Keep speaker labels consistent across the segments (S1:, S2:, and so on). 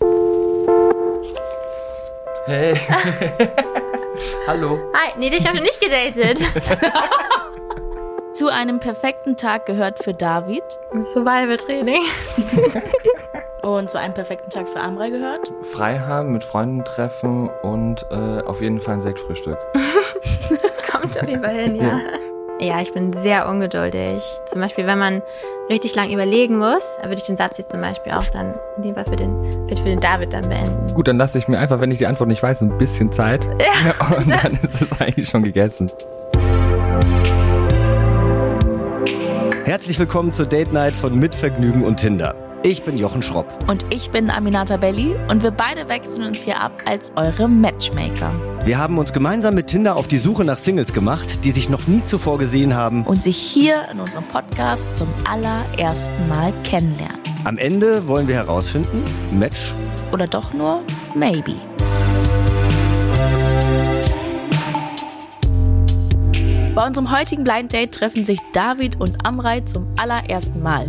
S1: Hey. Hallo.
S2: Hi, nee, dich habe ich nicht gedatet.
S3: Zu einem perfekten Tag gehört für David
S2: Survival Training.
S3: und zu einem perfekten Tag für Amra gehört.
S1: Frei haben, mit Freunden treffen und äh, auf jeden Fall ein Sektfrühstück.
S2: Das kommt auf jeden Fall hin, ja. Ja, ich bin sehr ungeduldig. Zum Beispiel, wenn man richtig lang überlegen muss, würde ich den Satz jetzt zum Beispiel auch dann in dem Fall für den, bitte für den David dann beenden.
S1: Gut, dann lasse ich mir einfach, wenn ich die Antwort nicht weiß, ein bisschen Zeit. Ja. Und dann ist es eigentlich schon gegessen.
S4: Herzlich willkommen zur Date Night von Mitvergnügen und Tinder. Ich bin Jochen Schropp.
S3: Und ich bin Aminata Belli und wir beide wechseln uns hier ab als eure Matchmaker.
S4: Wir haben uns gemeinsam mit Tinder auf die Suche nach Singles gemacht, die sich noch nie zuvor gesehen haben.
S3: Und sich hier in unserem Podcast zum allerersten Mal kennenlernen.
S4: Am Ende wollen wir herausfinden, Match
S3: Oder doch nur maybe. Bei unserem heutigen Blind Date treffen sich David und Amrei zum allerersten Mal.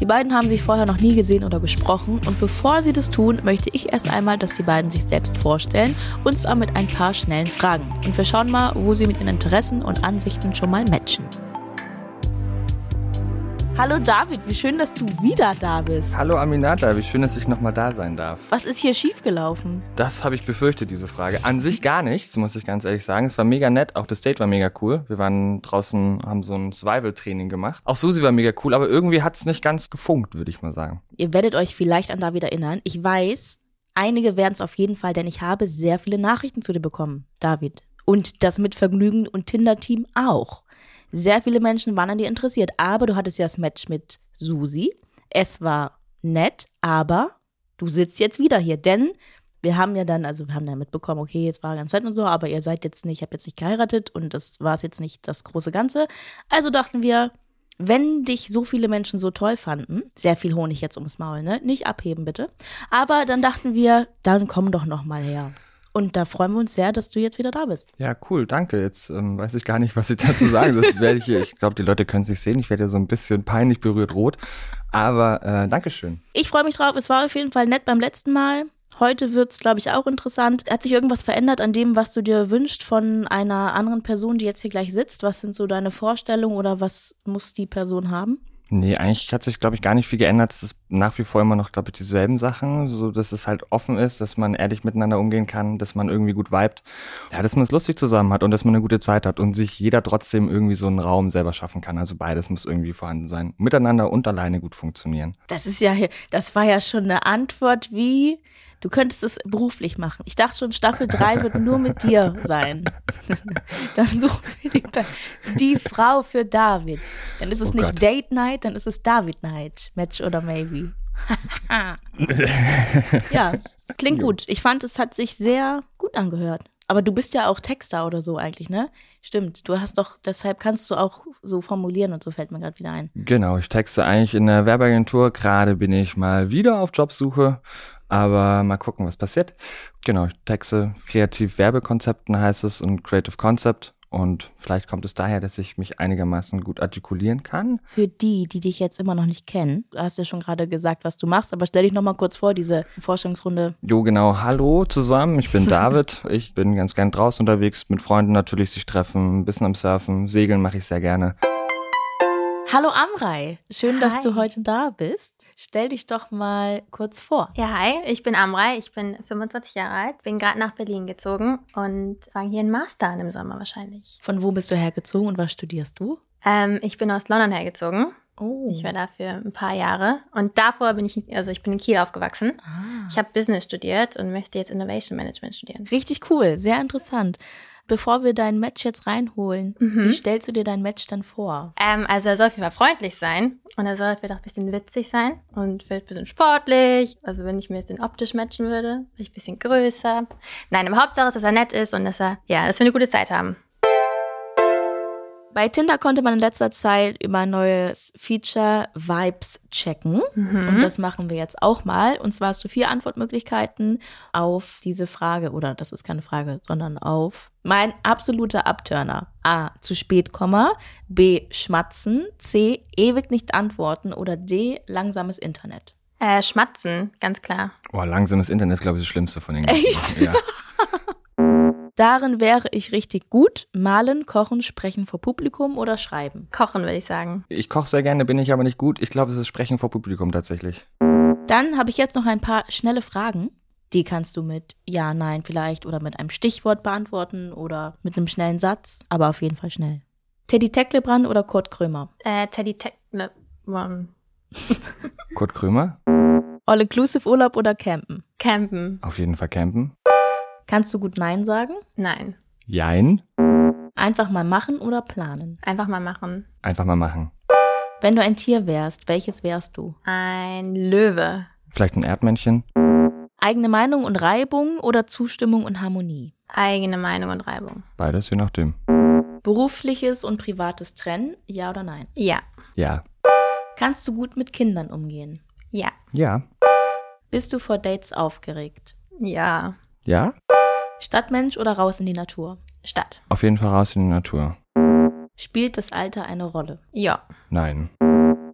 S3: Die beiden haben sich vorher noch nie gesehen oder gesprochen und bevor sie das tun, möchte ich erst einmal, dass die beiden sich selbst vorstellen und zwar mit ein paar schnellen Fragen. Und wir schauen mal, wo sie mit ihren Interessen und Ansichten schon mal matchen. Hallo David, wie schön, dass du wieder da bist.
S1: Hallo Aminata, wie schön, dass ich nochmal da sein darf.
S3: Was ist hier schiefgelaufen?
S1: Das habe ich befürchtet, diese Frage. An sich gar nichts, muss ich ganz ehrlich sagen. Es war mega nett, auch das Date war mega cool. Wir waren draußen, haben so ein Survival-Training gemacht. Auch Susi war mega cool, aber irgendwie hat es nicht ganz gefunkt, würde ich mal sagen.
S3: Ihr werdet euch vielleicht an David erinnern. Ich weiß, einige werden es auf jeden Fall, denn ich habe sehr viele Nachrichten zu dir bekommen, David. Und das mit Vergnügen und Tinder-Team auch. Sehr viele Menschen waren an dir interessiert, aber du hattest ja das Match mit Susi. Es war nett, aber du sitzt jetzt wieder hier, denn wir haben ja dann, also wir haben ja mitbekommen, okay, es war ganz nett und so, aber ihr seid jetzt nicht, ich habe jetzt nicht geheiratet und das war es jetzt nicht das große Ganze. Also dachten wir, wenn dich so viele Menschen so toll fanden, sehr viel Honig jetzt ums Maul, ne? Nicht abheben bitte. Aber dann dachten wir, dann komm doch noch mal her. Und da freuen wir uns sehr, dass du jetzt wieder da bist.
S1: Ja, cool, danke. Jetzt ähm, weiß ich gar nicht, was ich dazu sagen soll. Das werde ich hier- ich glaube, die Leute können es nicht sehen. Ich werde ja so ein bisschen peinlich berührt rot. Aber äh, Dankeschön.
S3: Ich freue mich drauf. Es war auf jeden Fall nett beim letzten Mal. Heute wird's, glaube ich, auch interessant. Hat sich irgendwas verändert an dem, was du dir wünschst von einer anderen Person, die jetzt hier gleich sitzt? Was sind so deine Vorstellungen oder was muss die Person haben?
S1: Nee, eigentlich hat sich, glaube ich, gar nicht viel geändert. Es ist nach wie vor immer noch, glaube ich, dieselben Sachen, so dass es halt offen ist, dass man ehrlich miteinander umgehen kann, dass man irgendwie gut vibet. Ja, dass man es lustig zusammen hat und dass man eine gute Zeit hat und sich jeder trotzdem irgendwie so einen Raum selber schaffen kann. Also beides muss irgendwie vorhanden sein. Miteinander und alleine gut funktionieren.
S3: Das ist ja, das war ja schon eine Antwort wie, du könntest es beruflich machen. Ich dachte schon, Staffel 3 wird nur mit dir sein. dann suchen wir die, die Frau für David. Dann ist es
S1: Oh
S3: nicht
S1: Gott.
S3: Date Night, dann ist es David Night. Match oder maybe. ja, klingt gut. Ich fand, es hat sich sehr gut angehört. Aber du bist ja auch Texter oder so eigentlich, ne? Stimmt. Du hast doch, deshalb kannst du auch so formulieren und so fällt mir gerade wieder ein.
S1: Genau, ich texte eigentlich in der Werbeagentur. Gerade bin ich mal wieder auf Jobsuche, aber mal gucken, was passiert. Genau, ich texte kreativ Werbekonzepten heißt es und Creative Concept. Und vielleicht kommt es daher, dass ich mich einigermaßen gut artikulieren kann.
S3: Für die, die dich jetzt immer noch nicht kennen, du hast ja schon gerade gesagt, was du machst, aber stell dich nochmal kurz vor, diese Vorstellungsrunde.
S1: Jo, genau. Hallo zusammen, ich bin David. Ich bin ganz gern draußen unterwegs, mit Freunden natürlich sich treffen, ein bisschen am Surfen, Segeln mache ich sehr gerne.
S3: Hallo Amrei, schön, dass
S2: Hi.
S3: du heute da bist. Stell dich doch mal kurz vor.
S2: Ja, hi, ich bin Amrei, ich bin 25 Jahre alt, bin gerade nach Berlin gezogen und fange hier einen Master an im Sommer wahrscheinlich.
S3: Von wo bist du hergezogen und was studierst du?
S2: Ähm, ich bin aus London hergezogen.
S3: Oh,
S2: Ich war da für ein paar Jahre. Und davor bin ich, also ich bin in Kiel aufgewachsen.
S3: ah.
S2: Ich habe Business studiert und möchte jetzt Innovation Management studieren.
S3: richtig cool, sehr interessant. Bevor wir dein Match jetzt reinholen,
S2: Mhm.
S3: wie stellst du dir dein Match dann vor?
S2: Ähm, also er soll auf jeden Fall freundlich sein und er soll vielleicht auch ein bisschen witzig sein und vielleicht ein bisschen sportlich. Also wenn ich mir jetzt den optisch matchen würde, vielleicht ein bisschen größer. Nein, im Hauptsache ist, dass er nett ist und dass er, ja, dass wir eine gute Zeit haben.
S3: Bei Tinder konnte man in letzter Zeit über ein neues Feature Vibes checken. Und das machen wir jetzt auch mal. Und zwar hast du vier Antwortmöglichkeiten auf diese Frage, oder das ist keine Frage, sondern auf mein absoluter Abturner. A. Zu spät, Komma. B. Schmatzen. C. Ewig nicht antworten. Oder D. Langsames Internet.
S2: Äh, schmatzen, ganz klar.
S1: Boah, langsames Internet ist, glaube ich, das Schlimmste von den
S3: Echt?
S1: Ja.
S3: Darin wäre ich richtig gut. Malen, kochen, sprechen vor Publikum oder schreiben.
S2: Kochen, würde ich sagen.
S1: Ich koche sehr gerne, bin ich aber nicht gut. Ich glaube, es ist Sprechen vor Publikum tatsächlich.
S3: Dann habe ich jetzt noch ein paar schnelle Fragen. Die kannst du mit Ja, Nein vielleicht oder mit einem Stichwort beantworten oder mit einem schnellen Satz, aber auf jeden Fall schnell. Teddy Tecklebrand oder Kurt Krömer?
S2: Äh, Teddy Tech. Ne, Mann.
S1: Kurt Krömer?
S3: All-Inclusive-Urlaub oder Campen?
S2: Campen.
S1: Auf jeden Fall campen.
S3: Kannst du gut Nein sagen?
S2: Nein.
S1: Jein.
S3: Einfach mal machen oder planen?
S2: Einfach mal machen.
S1: Einfach mal machen.
S3: Wenn du ein Tier wärst, welches wärst du?
S2: Ein Löwe.
S1: Vielleicht ein Erdmännchen.
S3: Eigene Meinung und Reibung oder Zustimmung und Harmonie?
S2: Eigene Meinung und Reibung.
S1: Beides, je nachdem.
S3: Berufliches und privates Trennen, ja oder nein?
S2: Ja.
S1: Ja.
S3: Kannst du gut mit Kindern umgehen?
S2: Ja.
S1: Ja.
S3: Bist du vor Dates aufgeregt?
S2: Ja.
S1: Ja?
S3: Stadtmensch oder raus in die Natur?
S2: Stadt.
S1: Auf jeden Fall raus in die Natur.
S3: Spielt das Alter eine Rolle?
S2: Ja.
S1: Nein.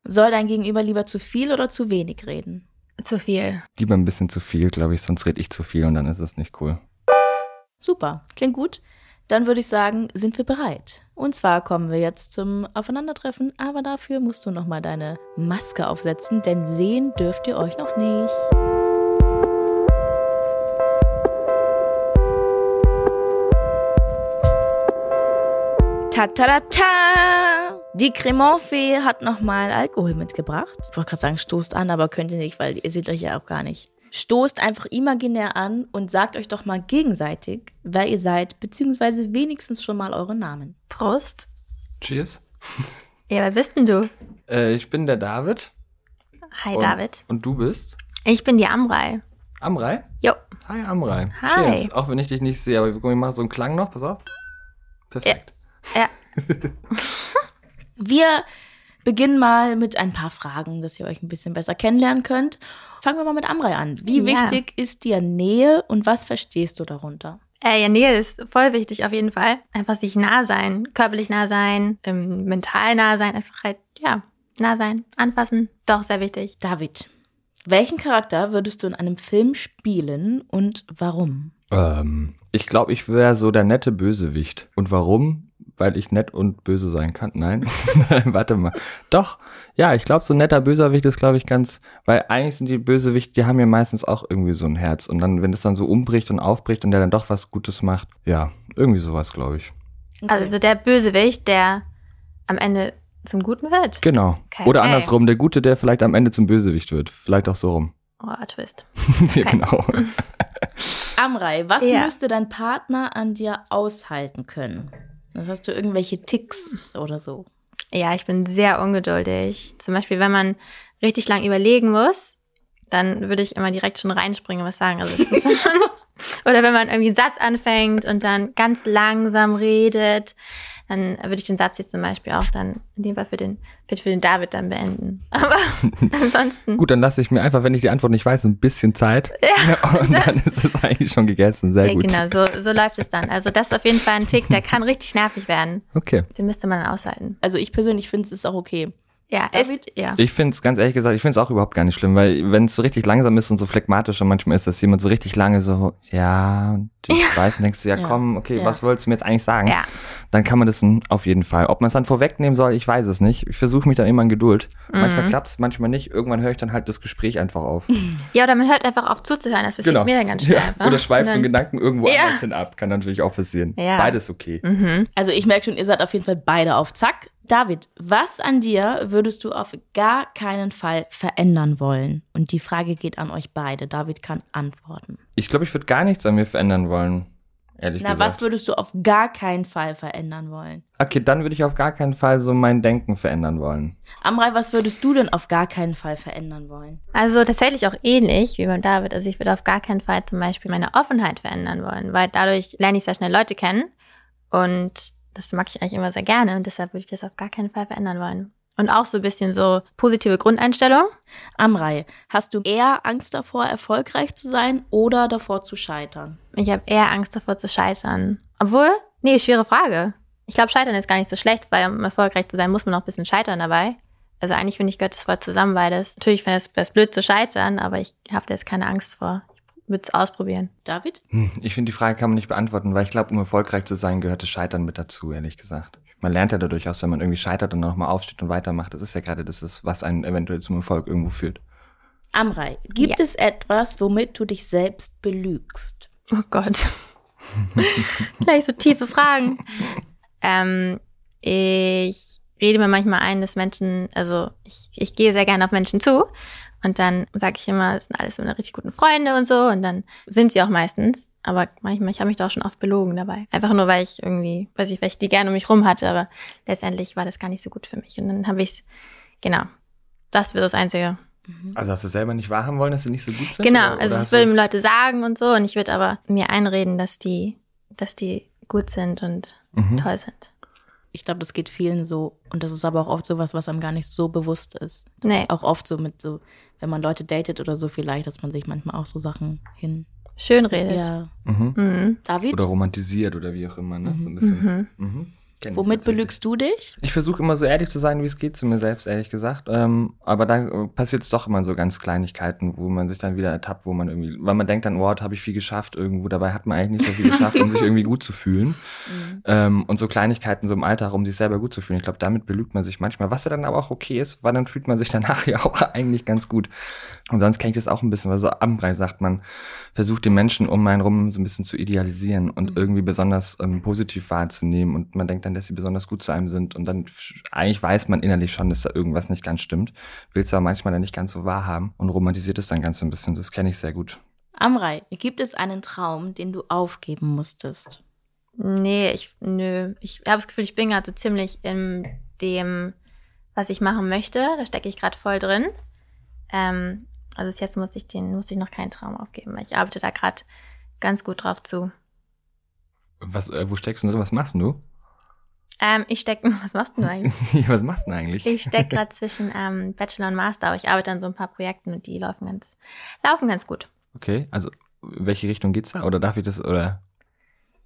S3: Soll dein Gegenüber lieber zu viel oder zu wenig reden?
S2: Zu viel.
S1: Lieber ein bisschen zu viel, glaube ich, sonst rede ich zu viel und dann ist es nicht cool.
S3: Super, klingt gut. Dann würde ich sagen, sind wir bereit. Und zwar kommen wir jetzt zum Aufeinandertreffen, aber dafür musst du nochmal deine Maske aufsetzen, denn sehen dürft ihr euch noch nicht. Ta ta ta ta! Die Cremant-Fee hat nochmal Alkohol mitgebracht. Ich wollte gerade sagen, stoßt an, aber könnt ihr nicht, weil ihr seht euch ja auch gar nicht. Stoßt einfach imaginär an und sagt euch doch mal gegenseitig, wer ihr seid, beziehungsweise wenigstens schon mal euren Namen.
S2: Prost.
S1: Cheers.
S2: Ja, wer bist denn du?
S1: Äh, ich bin der David.
S2: Hi,
S1: und,
S2: David.
S1: Und du bist?
S2: Ich bin die Amrei.
S1: Amrei?
S2: Jo.
S1: Hi, Amrei.
S2: Hi.
S1: Cheers. Auch wenn ich dich nicht sehe, aber ich mache so einen Klang noch. Pass auf. Perfekt.
S2: Ja.
S3: Wir beginnen mal mit ein paar Fragen, dass ihr euch ein bisschen besser kennenlernen könnt. Fangen wir mal mit Amrei an. Wie
S2: Ja.
S3: wichtig ist dir Nähe und was verstehst du darunter?
S2: Äh, ja, Nähe ist voll wichtig auf jeden Fall. Einfach sich nah sein, körperlich nah sein, ähm, mental nah sein, einfach halt, ja, nah sein, anfassen. Doch, sehr wichtig.
S3: David, welchen Charakter würdest du in einem Film spielen und warum?
S1: Ähm, ich glaube, ich wäre so der nette Bösewicht. Und warum? Weil ich nett und böse sein kann. Nein, warte mal. Doch, ja, ich glaube, so ein netter Bösewicht ist, glaube ich, ganz, weil eigentlich sind die Bösewicht, die haben ja meistens auch irgendwie so ein Herz. Und dann, wenn es dann so umbricht und aufbricht und der dann doch was Gutes macht, ja, irgendwie sowas, glaube ich.
S2: Also so der Bösewicht, der am Ende zum Guten wird.
S1: Genau.
S2: Okay.
S1: Oder andersrum, der Gute, der vielleicht am Ende zum Bösewicht wird. Vielleicht auch so rum.
S2: Oh, Twist.
S1: ja, genau.
S3: Amrei, was
S2: Ja.
S3: müsste dein Partner an dir aushalten können? Das hast du irgendwelche Ticks oder so.
S2: Ja, ich bin sehr ungeduldig. Zum Beispiel, wenn man richtig lang überlegen muss, dann würde ich immer direkt schon reinspringen und was sagen. Also das muss man schon. Oder wenn man irgendwie einen Satz anfängt und dann ganz langsam redet, dann würde ich den Satz jetzt zum Beispiel auch dann in dem Fall für den, für den David dann beenden. Aber ansonsten.
S1: Gut, dann lasse ich mir einfach, wenn ich die Antwort nicht weiß, ein bisschen Zeit. Ja. Und dann ist es eigentlich schon gegessen. Sehr
S2: Ja,
S1: gut.
S2: genau, so, so läuft es dann. Also das ist auf jeden Fall ein Tick, der kann richtig nervig werden.
S1: Okay.
S2: Den müsste man dann aushalten.
S3: Also ich persönlich finde es ist auch okay.
S2: Ja,
S3: David?
S2: ist, ja.
S1: Ich finde es, ganz ehrlich gesagt, ich finde es auch überhaupt gar nicht schlimm, weil wenn es so richtig langsam ist und so phlegmatisch und manchmal ist, dass jemand so richtig lange so, ja, und ich weiß, und denkst du, ja,
S3: Ja.
S1: komm, okay,
S3: Ja.
S1: was wolltest du mir jetzt eigentlich sagen?
S2: Ja.
S1: Dann kann man das hm, auf jeden Fall. Ob man es dann vorwegnehmen soll, ich weiß es nicht. Ich versuche mich dann immer in Geduld.
S2: Mhm.
S1: Manchmal klappt es, manchmal nicht. Irgendwann höre ich dann halt das Gespräch einfach auf. Genau.
S2: ja, oder man hört einfach auf zuzuhören, das passiert mir dann ganz schnell.
S1: Ja. Oder schweifst in
S2: genau.
S1: Gedanken irgendwo
S2: Ja.
S1: anders hin ab. Kann natürlich auch passieren.
S2: Ja.
S1: Beides okay.
S3: Also ich merke schon, ihr seid auf jeden Fall beide auf Zack. David, was an dir würdest du auf gar keinen Fall verändern wollen? Und die Frage geht an euch beide. David kann antworten.
S1: Ich glaube, ich würde gar nichts an mir verändern wollen. Ehrlich
S3: Na,
S1: gesagt.
S3: was würdest du auf gar keinen Fall verändern wollen?
S1: okay, dann würde ich auf gar keinen Fall so mein Denken verändern wollen.
S3: Amrei, was würdest du denn auf gar keinen Fall verändern wollen?
S2: Also tatsächlich auch ähnlich wie beim David. Also ich würde auf gar keinen Fall zum Beispiel meine Offenheit verändern wollen, weil dadurch lerne ich sehr schnell Leute kennen und das mag ich eigentlich immer sehr gerne und deshalb würde ich das auf gar keinen Fall verändern wollen. Und auch so ein bisschen so positive Grundeinstellung.
S3: Amrei, hast du eher Angst davor, erfolgreich zu sein oder davor zu scheitern?
S2: Ich habe eher Angst davor zu scheitern. Obwohl, nee, schwere Frage. Ich glaube, scheitern ist gar nicht so schlecht, weil um erfolgreich zu sein, muss man auch ein bisschen scheitern dabei. Also eigentlich finde ich, gehört das voll zusammen, weil das, natürlich wäre es wäre es blöd zu scheitern, aber ich habe da jetzt keine Angst vor. würde es ausprobieren.
S3: David?
S1: Hm, Ich finde, die Frage kann man nicht beantworten, weil ich glaube, um erfolgreich zu sein, gehört das Scheitern mit dazu, ehrlich gesagt. Man lernt ja dadurch aus, wenn man irgendwie scheitert und dann nochmal aufsteht und weitermacht. Das ist ja gerade das, ist, was einen eventuell zum Erfolg irgendwo führt.
S3: Amrei, gibt
S2: Ja.
S3: es etwas, womit du dich selbst belügst?
S2: Oh Gott. Gleich so tiefe Fragen. Ähm, ich rede mir manchmal ein, dass Menschen, also ich, ich gehe sehr gerne auf Menschen zu und dann sage ich immer, es sind alles meine richtig guten Freunde und so und dann sind sie auch meistens. Aber manchmal, ich habe mich da auch schon oft belogen dabei. Einfach nur, weil ich irgendwie, weiß ich, weil ich die gerne um mich rum hatte, aber letztendlich war das gar nicht so gut für mich. Und dann habe ich es, genau, das wäre das Einzige.
S3: Mhm.
S1: Also hast du selber nicht wahrhaben wollen, dass sie nicht so gut sind?
S2: Genau,
S1: Oder-
S2: also
S1: oder
S2: es
S1: hast du-
S2: würden Leute sagen und so und ich würde aber mir einreden, dass die, dass die gut sind und
S1: Mhm.
S2: toll sind.
S3: Ich glaube, das geht vielen so. Und das ist aber auch oft so was, was einem gar nicht so bewusst ist. Das
S2: Nee.
S3: ist auch oft so mit so, wenn man Leute datet oder so vielleicht, dass man sich manchmal auch so Sachen hin.
S2: Schön redet.
S3: Ja.
S1: Mhm.
S2: Mhm.
S3: David,
S1: Oder romantisiert oder wie auch immer, ne? So ein bisschen.
S2: Mhm.
S1: Mhm. Kenn ich
S3: womit
S1: tatsächlich.
S3: belügst du dich?
S1: Ich versuche immer so ehrlich zu sein, wie es geht zu mir selbst, ehrlich gesagt. Ähm, aber da äh, passiert es doch immer so ganz Kleinigkeiten, wo man sich dann wieder ertappt, wo man irgendwie, weil man denkt dann, wow, habe ich viel geschafft irgendwo. Dabei hat man eigentlich nicht so viel geschafft, um sich irgendwie gut zu fühlen. Ähm, und so Kleinigkeiten so im Alltag, um sich selber gut zu fühlen. Ich glaube, damit belügt man sich manchmal, was ja dann aber auch okay ist, weil dann fühlt man sich danach ja auch eigentlich ganz gut. Und sonst kenne ich das auch ein bisschen, weil so Ambrei sagt man, versucht den Menschen um einen rum so ein bisschen zu idealisieren und
S3: Mhm.
S1: irgendwie besonders ähm, positiv wahrzunehmen. Und man denkt dann, dass sie besonders gut zu einem sind. Und dann f- eigentlich weiß man innerlich schon, dass da irgendwas nicht ganz stimmt. Will es aber manchmal dann nicht ganz so wahrhaben und romantisiert es dann ganz ein bisschen. Das kenne ich sehr gut.
S3: Amrei, gibt es einen Traum, den du aufgeben musstest?
S2: Nee, ich, nö. Ich habe das Gefühl, ich bin gerade so ziemlich in dem, was ich machen möchte. Da stecke ich gerade voll drin. Ähm, also bis jetzt muss ich den, muss ich noch keinen Traum aufgeben, weil ich arbeite da gerade ganz gut drauf zu.
S1: Was, äh, wo steckst du drin? Was machst denn du?
S2: Ähm, ich stecke, was machst du eigentlich?
S1: Was machst du denn eigentlich?
S2: Ich stecke gerade zwischen ähm, Bachelor und Master, aber ich arbeite an so ein paar Projekten und die laufen ganz, laufen ganz gut.
S1: Okay, also in welche Richtung geht's da? Oder darf ich das? Oder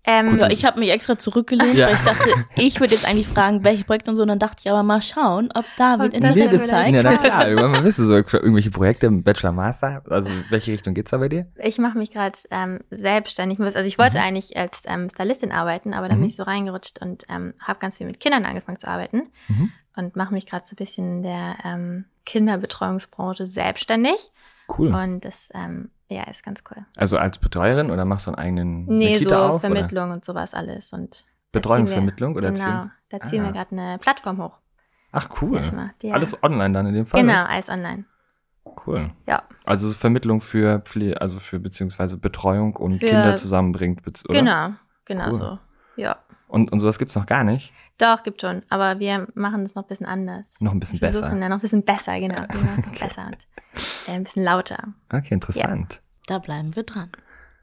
S2: Ähm,
S1: Gut,
S3: Ja, ich habe mich extra zurückgelehnt,
S1: Ja.
S3: weil ich dachte, ich würde jetzt eigentlich fragen, welche Projekte und so. Und dann dachte ich aber mal schauen, ob David
S2: Ob David
S3: Interesse
S2: vielleicht-
S1: ja,
S3: zeigt.
S1: na klar, man wissen so irgendwelche Projekte, Bachelor, Master. Also in welche Richtung geht's da bei dir?
S2: ich mache mich gerade ähm, selbstständig. Also ich wollte
S1: Mhm.
S2: eigentlich als ähm, Stylistin arbeiten, aber dann
S1: Mhm.
S2: bin ich so reingerutscht und ähm, habe ganz viel mit Kindern angefangen zu arbeiten
S1: Mhm.
S2: und mache mich gerade so ein bisschen in der ähm, Kinderbetreuungsbranche selbständig.
S1: Cool.
S2: Und das ähm, ja, ist ganz cool.
S1: Also als Betreuerin oder machst du einen eigenen eine
S2: Nee,
S1: Kita
S2: so
S1: auf? Oder?
S2: Vermittlung und sowas alles. Und da ziehen wir-
S1: Betreuungsvermittlung oder
S2: Genau,
S1: ziehen-
S2: da ziehen
S1: Ah.
S2: wir gerade eine Plattform hoch.
S1: Ach cool.
S2: Genau. Erstmal, ja.
S1: Alles online dann in dem Fall.
S2: Genau, alles online.
S1: Cool.
S2: Ja.
S1: Also Vermittlung für Pfle also für beziehungsweise Betreuung und
S2: Für-
S1: Kinder zusammenbringt. bez- Oder?
S2: Genau, genau
S1: Cool.
S2: so. Ja,
S1: Und, und sowas gibt's noch gar nicht.
S2: doch, gibt schon. Aber wir machen das noch ein bisschen anders.
S1: Noch ein bisschen
S2: Wir versuchen
S1: besser.
S2: dann noch ein bisschen besser, genau. Wir machen es noch besser und äh, ein bisschen lauter.
S1: Okay, interessant.
S3: Da bleiben wir dran.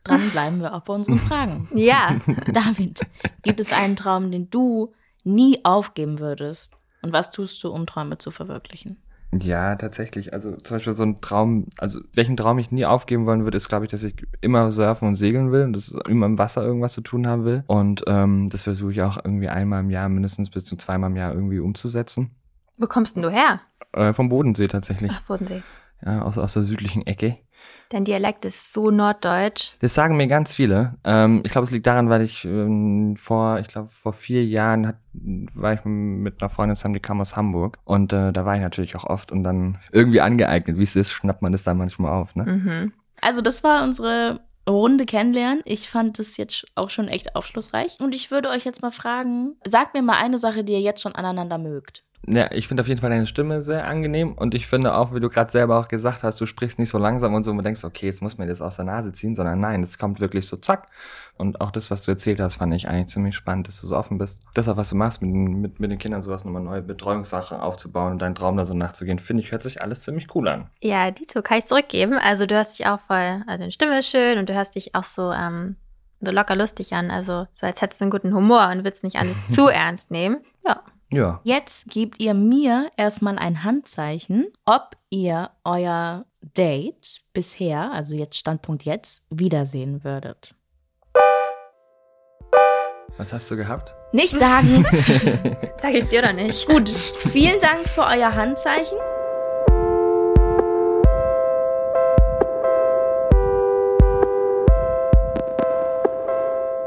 S3: Dran bleiben wir auch bei unseren Fragen.
S2: Ja,
S3: David, gibt es einen Traum, den du nie aufgeben würdest? Und was tust du, um Träume zu verwirklichen?
S1: Ja, tatsächlich. Also zum Beispiel so ein Traum, also welchen Traum ich nie aufgeben wollen würde, ist, glaube ich, dass ich immer surfen und segeln will und das immer im Wasser irgendwas zu tun haben will. Und ähm, das versuche ich auch irgendwie einmal im Jahr mindestens bis zu zweimal im Jahr irgendwie umzusetzen.
S2: wo kommst denn du her?
S1: Äh, vom Bodensee tatsächlich,
S2: Ach, Bodensee.
S1: ja, aus, aus der südlichen Ecke.
S2: Dein Dialekt ist so norddeutsch.
S1: Das sagen mir ganz viele. Ähm, ich glaube, es liegt daran, weil ich ähm, vor, ich glaube, vor vier Jahren hat, war ich mit einer Freundin zusammen, die kam aus Hamburg. Und äh, da war ich natürlich auch oft und dann irgendwie angeeignet. Wie es ist, schnappt man das da manchmal auf. Ne?
S2: Mhm.
S3: Also, das war unsere Runde kennenlernen. Ich fand das jetzt auch schon echt aufschlussreich. Und ich würde euch jetzt mal fragen, sagt mir mal eine Sache, die ihr jetzt schon aneinander mögt.
S1: Ja, ich finde auf jeden Fall deine Stimme sehr angenehm und ich finde auch, wie du gerade selber auch gesagt hast, du sprichst nicht so langsam und so und du denkst, okay, jetzt muss mir das aus der Nase ziehen, sondern nein, das kommt wirklich so zack. Und auch das, was du erzählt hast, fand ich eigentlich ziemlich spannend, dass du so offen bist. Das auch, was du machst, mit, den- mit, mit den Kindern sowas nochmal neue Betreuungssachen aufzubauen und deinen Traum da so nachzugehen, finde ich, hört sich alles ziemlich cool an.
S2: Ja, Dito, kann ich zurückgeben. Also du hörst dich auch voll, also deine Stimme ist schön und du hörst dich auch so, ähm, so locker lustig an. Also so als hättest du einen guten Humor und willst nicht alles zu ernst nehmen. Ja.
S1: Ja.
S3: Jetzt gebt ihr mir erstmal ein Handzeichen, ob ihr euer Date bisher, also jetzt Standpunkt jetzt, wiedersehen würdet.
S1: Was hast du gehabt?
S3: Nicht sagen.
S2: Sag ich dir doch nicht.
S3: Gut, vielen Dank für euer Handzeichen.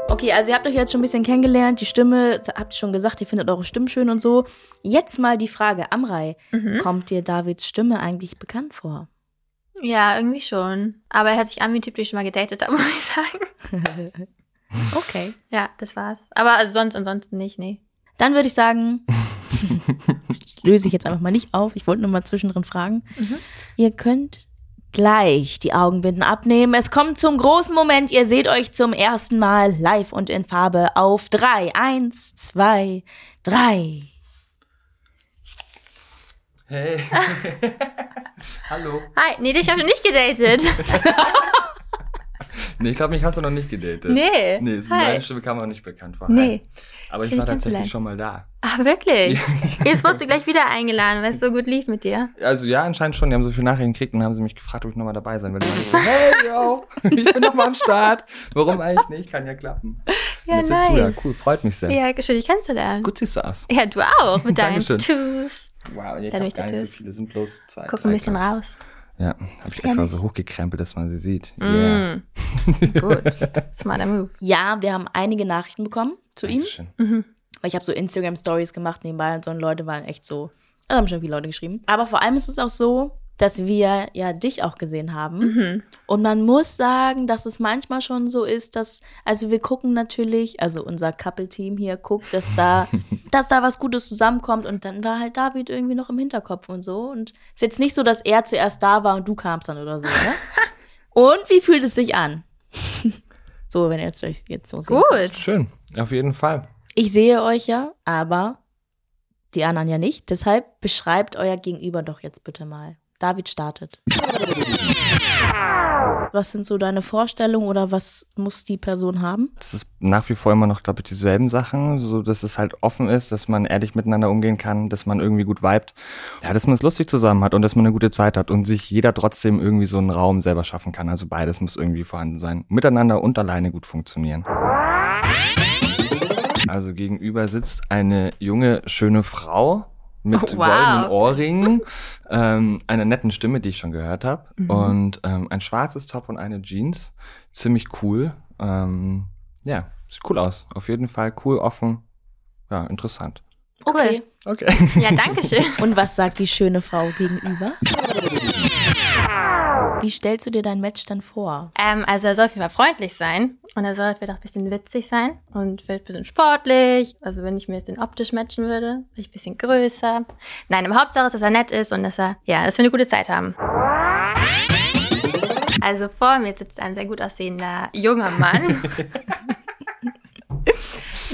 S3: Okay, also ihr habt euch jetzt schon ein bisschen kennengelernt, die Stimme, habt ihr schon gesagt, ihr findet eure Stimmen schön und so. Jetzt mal die Frage, Amrei,
S2: Mhm.
S3: kommt dir Davids Stimme eigentlich bekannt vor?
S2: Ja, irgendwie schon. Aber er hört sich an wie ein Typ, den ich schon mal gedatet habe, muss ich sagen.
S3: Okay.
S2: Ja, das war's. Aber also sonst ansonsten nicht, nee.
S3: Dann würde ich sagen, löse ich jetzt einfach mal nicht auf. Ich wollte nur mal zwischendrin fragen.
S2: Mhm.
S3: Ihr könnt gleich die Augenbinden abnehmen. Es kommt zum großen Moment. Ihr seht euch zum ersten Mal live und in Farbe auf drei. Eins, zwei, drei.
S1: Hey. Hallo.
S2: Hi, nee, dich habe ich nicht gedatet.
S1: Nee, ich glaube, mich hast du noch nicht gedatet.
S2: Nee.
S1: Nee, so
S2: Hi.
S1: meine Stimme kam auch nicht bekannt vor.
S2: Nee.
S1: Hi. Aber ich
S2: Schön,
S1: war
S2: dich kennenzulernen.
S1: tatsächlich schon mal da.
S2: Ach, wirklich? Jetzt wirst du gleich wieder eingeladen, weil es so gut lief mit dir.
S1: Also ja, anscheinend schon. Die haben so viele Nachrichten gekriegt und haben sie mich gefragt, ob ich nochmal dabei sein will. Und ich so, hey, yo, ich bin nochmal am Start. Warum eigentlich nicht? Kann ja klappen.
S2: Ja,
S1: Und jetzt sitzt du
S2: nice.
S1: da. Cool, freut mich sehr.
S2: Ja, schön, dich kennenzulernen.
S1: Gut siehst du aus.
S2: Ja, du auch, mit deinen
S1: Dankeschön.
S2: Tattoos.
S1: Wow, ich
S2: Dann
S1: habe
S2: hab
S1: gar
S2: ich
S1: nicht so
S2: das.
S1: viele, sind bloß zwei,
S2: Guck
S1: drei,
S2: ein bisschen
S1: glaub
S2: raus.
S1: ich. Ja, habe ich extra so hochgekrempelt, dass man sie sieht. Yeah.
S2: Mm. Gut, smarter Move.
S3: Ja, wir haben einige Nachrichten bekommen zu ihm.
S1: Dankeschön.
S3: Weil ich habe so Instagram-Stories gemacht nebenbei und so und Leute waren echt so, da haben schon viele Leute geschrieben. Aber vor allem ist es auch so, dass wir ja dich auch gesehen haben. Und man muss sagen, dass es manchmal schon so ist, dass, also wir gucken natürlich, also unser Couple-Team hier guckt, dass da, dass da was Gutes zusammenkommt und dann war halt David irgendwie noch im Hinterkopf und so. Und ist jetzt nicht so, dass er zuerst da war und du kamst dann oder so, ne? und wie fühlt es sich an? so, wenn ihr jetzt euch jetzt so sehen könnt.
S2: Gut.
S1: Schön, auf jeden Fall.
S3: Ich sehe euch ja, aber die anderen ja nicht. Deshalb beschreibt euer Gegenüber doch jetzt bitte mal. David startet. Was sind so deine Vorstellungen oder was muss die Person haben?
S1: Das ist nach wie vor immer noch, glaube ich, dieselben Sachen, so dass es halt offen ist, dass man ehrlich miteinander umgehen kann, dass man irgendwie gut vibet. Ja, dass man es lustig zusammen hat und dass man eine gute Zeit hat und sich jeder trotzdem irgendwie so einen Raum selber schaffen kann. Also beides muss irgendwie vorhanden sein. Miteinander und alleine gut funktionieren. Also gegenüber sitzt eine junge, schöne Frau mit
S2: Oh, wow.
S1: goldenen Ohrringen, ähm, einer netten Stimme, die ich schon gehört habe und ähm, ein schwarzes Top und eine Jeans. Ziemlich cool. Ähm, ja, sieht cool aus. Auf jeden Fall cool, offen. Ja, interessant.
S3: Okay.
S1: Okay.
S2: Ja, danke schön.
S3: Und was sagt die schöne Frau gegenüber? Wie stellst du dir dein Match dann vor?
S2: Ähm, also er soll auf jeden Fall freundlich sein und er soll vielleicht auch ein bisschen witzig sein und vielleicht ein bisschen sportlich. Also wenn ich mir jetzt den optisch matchen würde, vielleicht ein bisschen größer. Nein, im Hauptsache ist, dass er nett ist und dass er, ja, dass wir eine gute Zeit haben. Also vor mir sitzt ein sehr gut aussehender junger Mann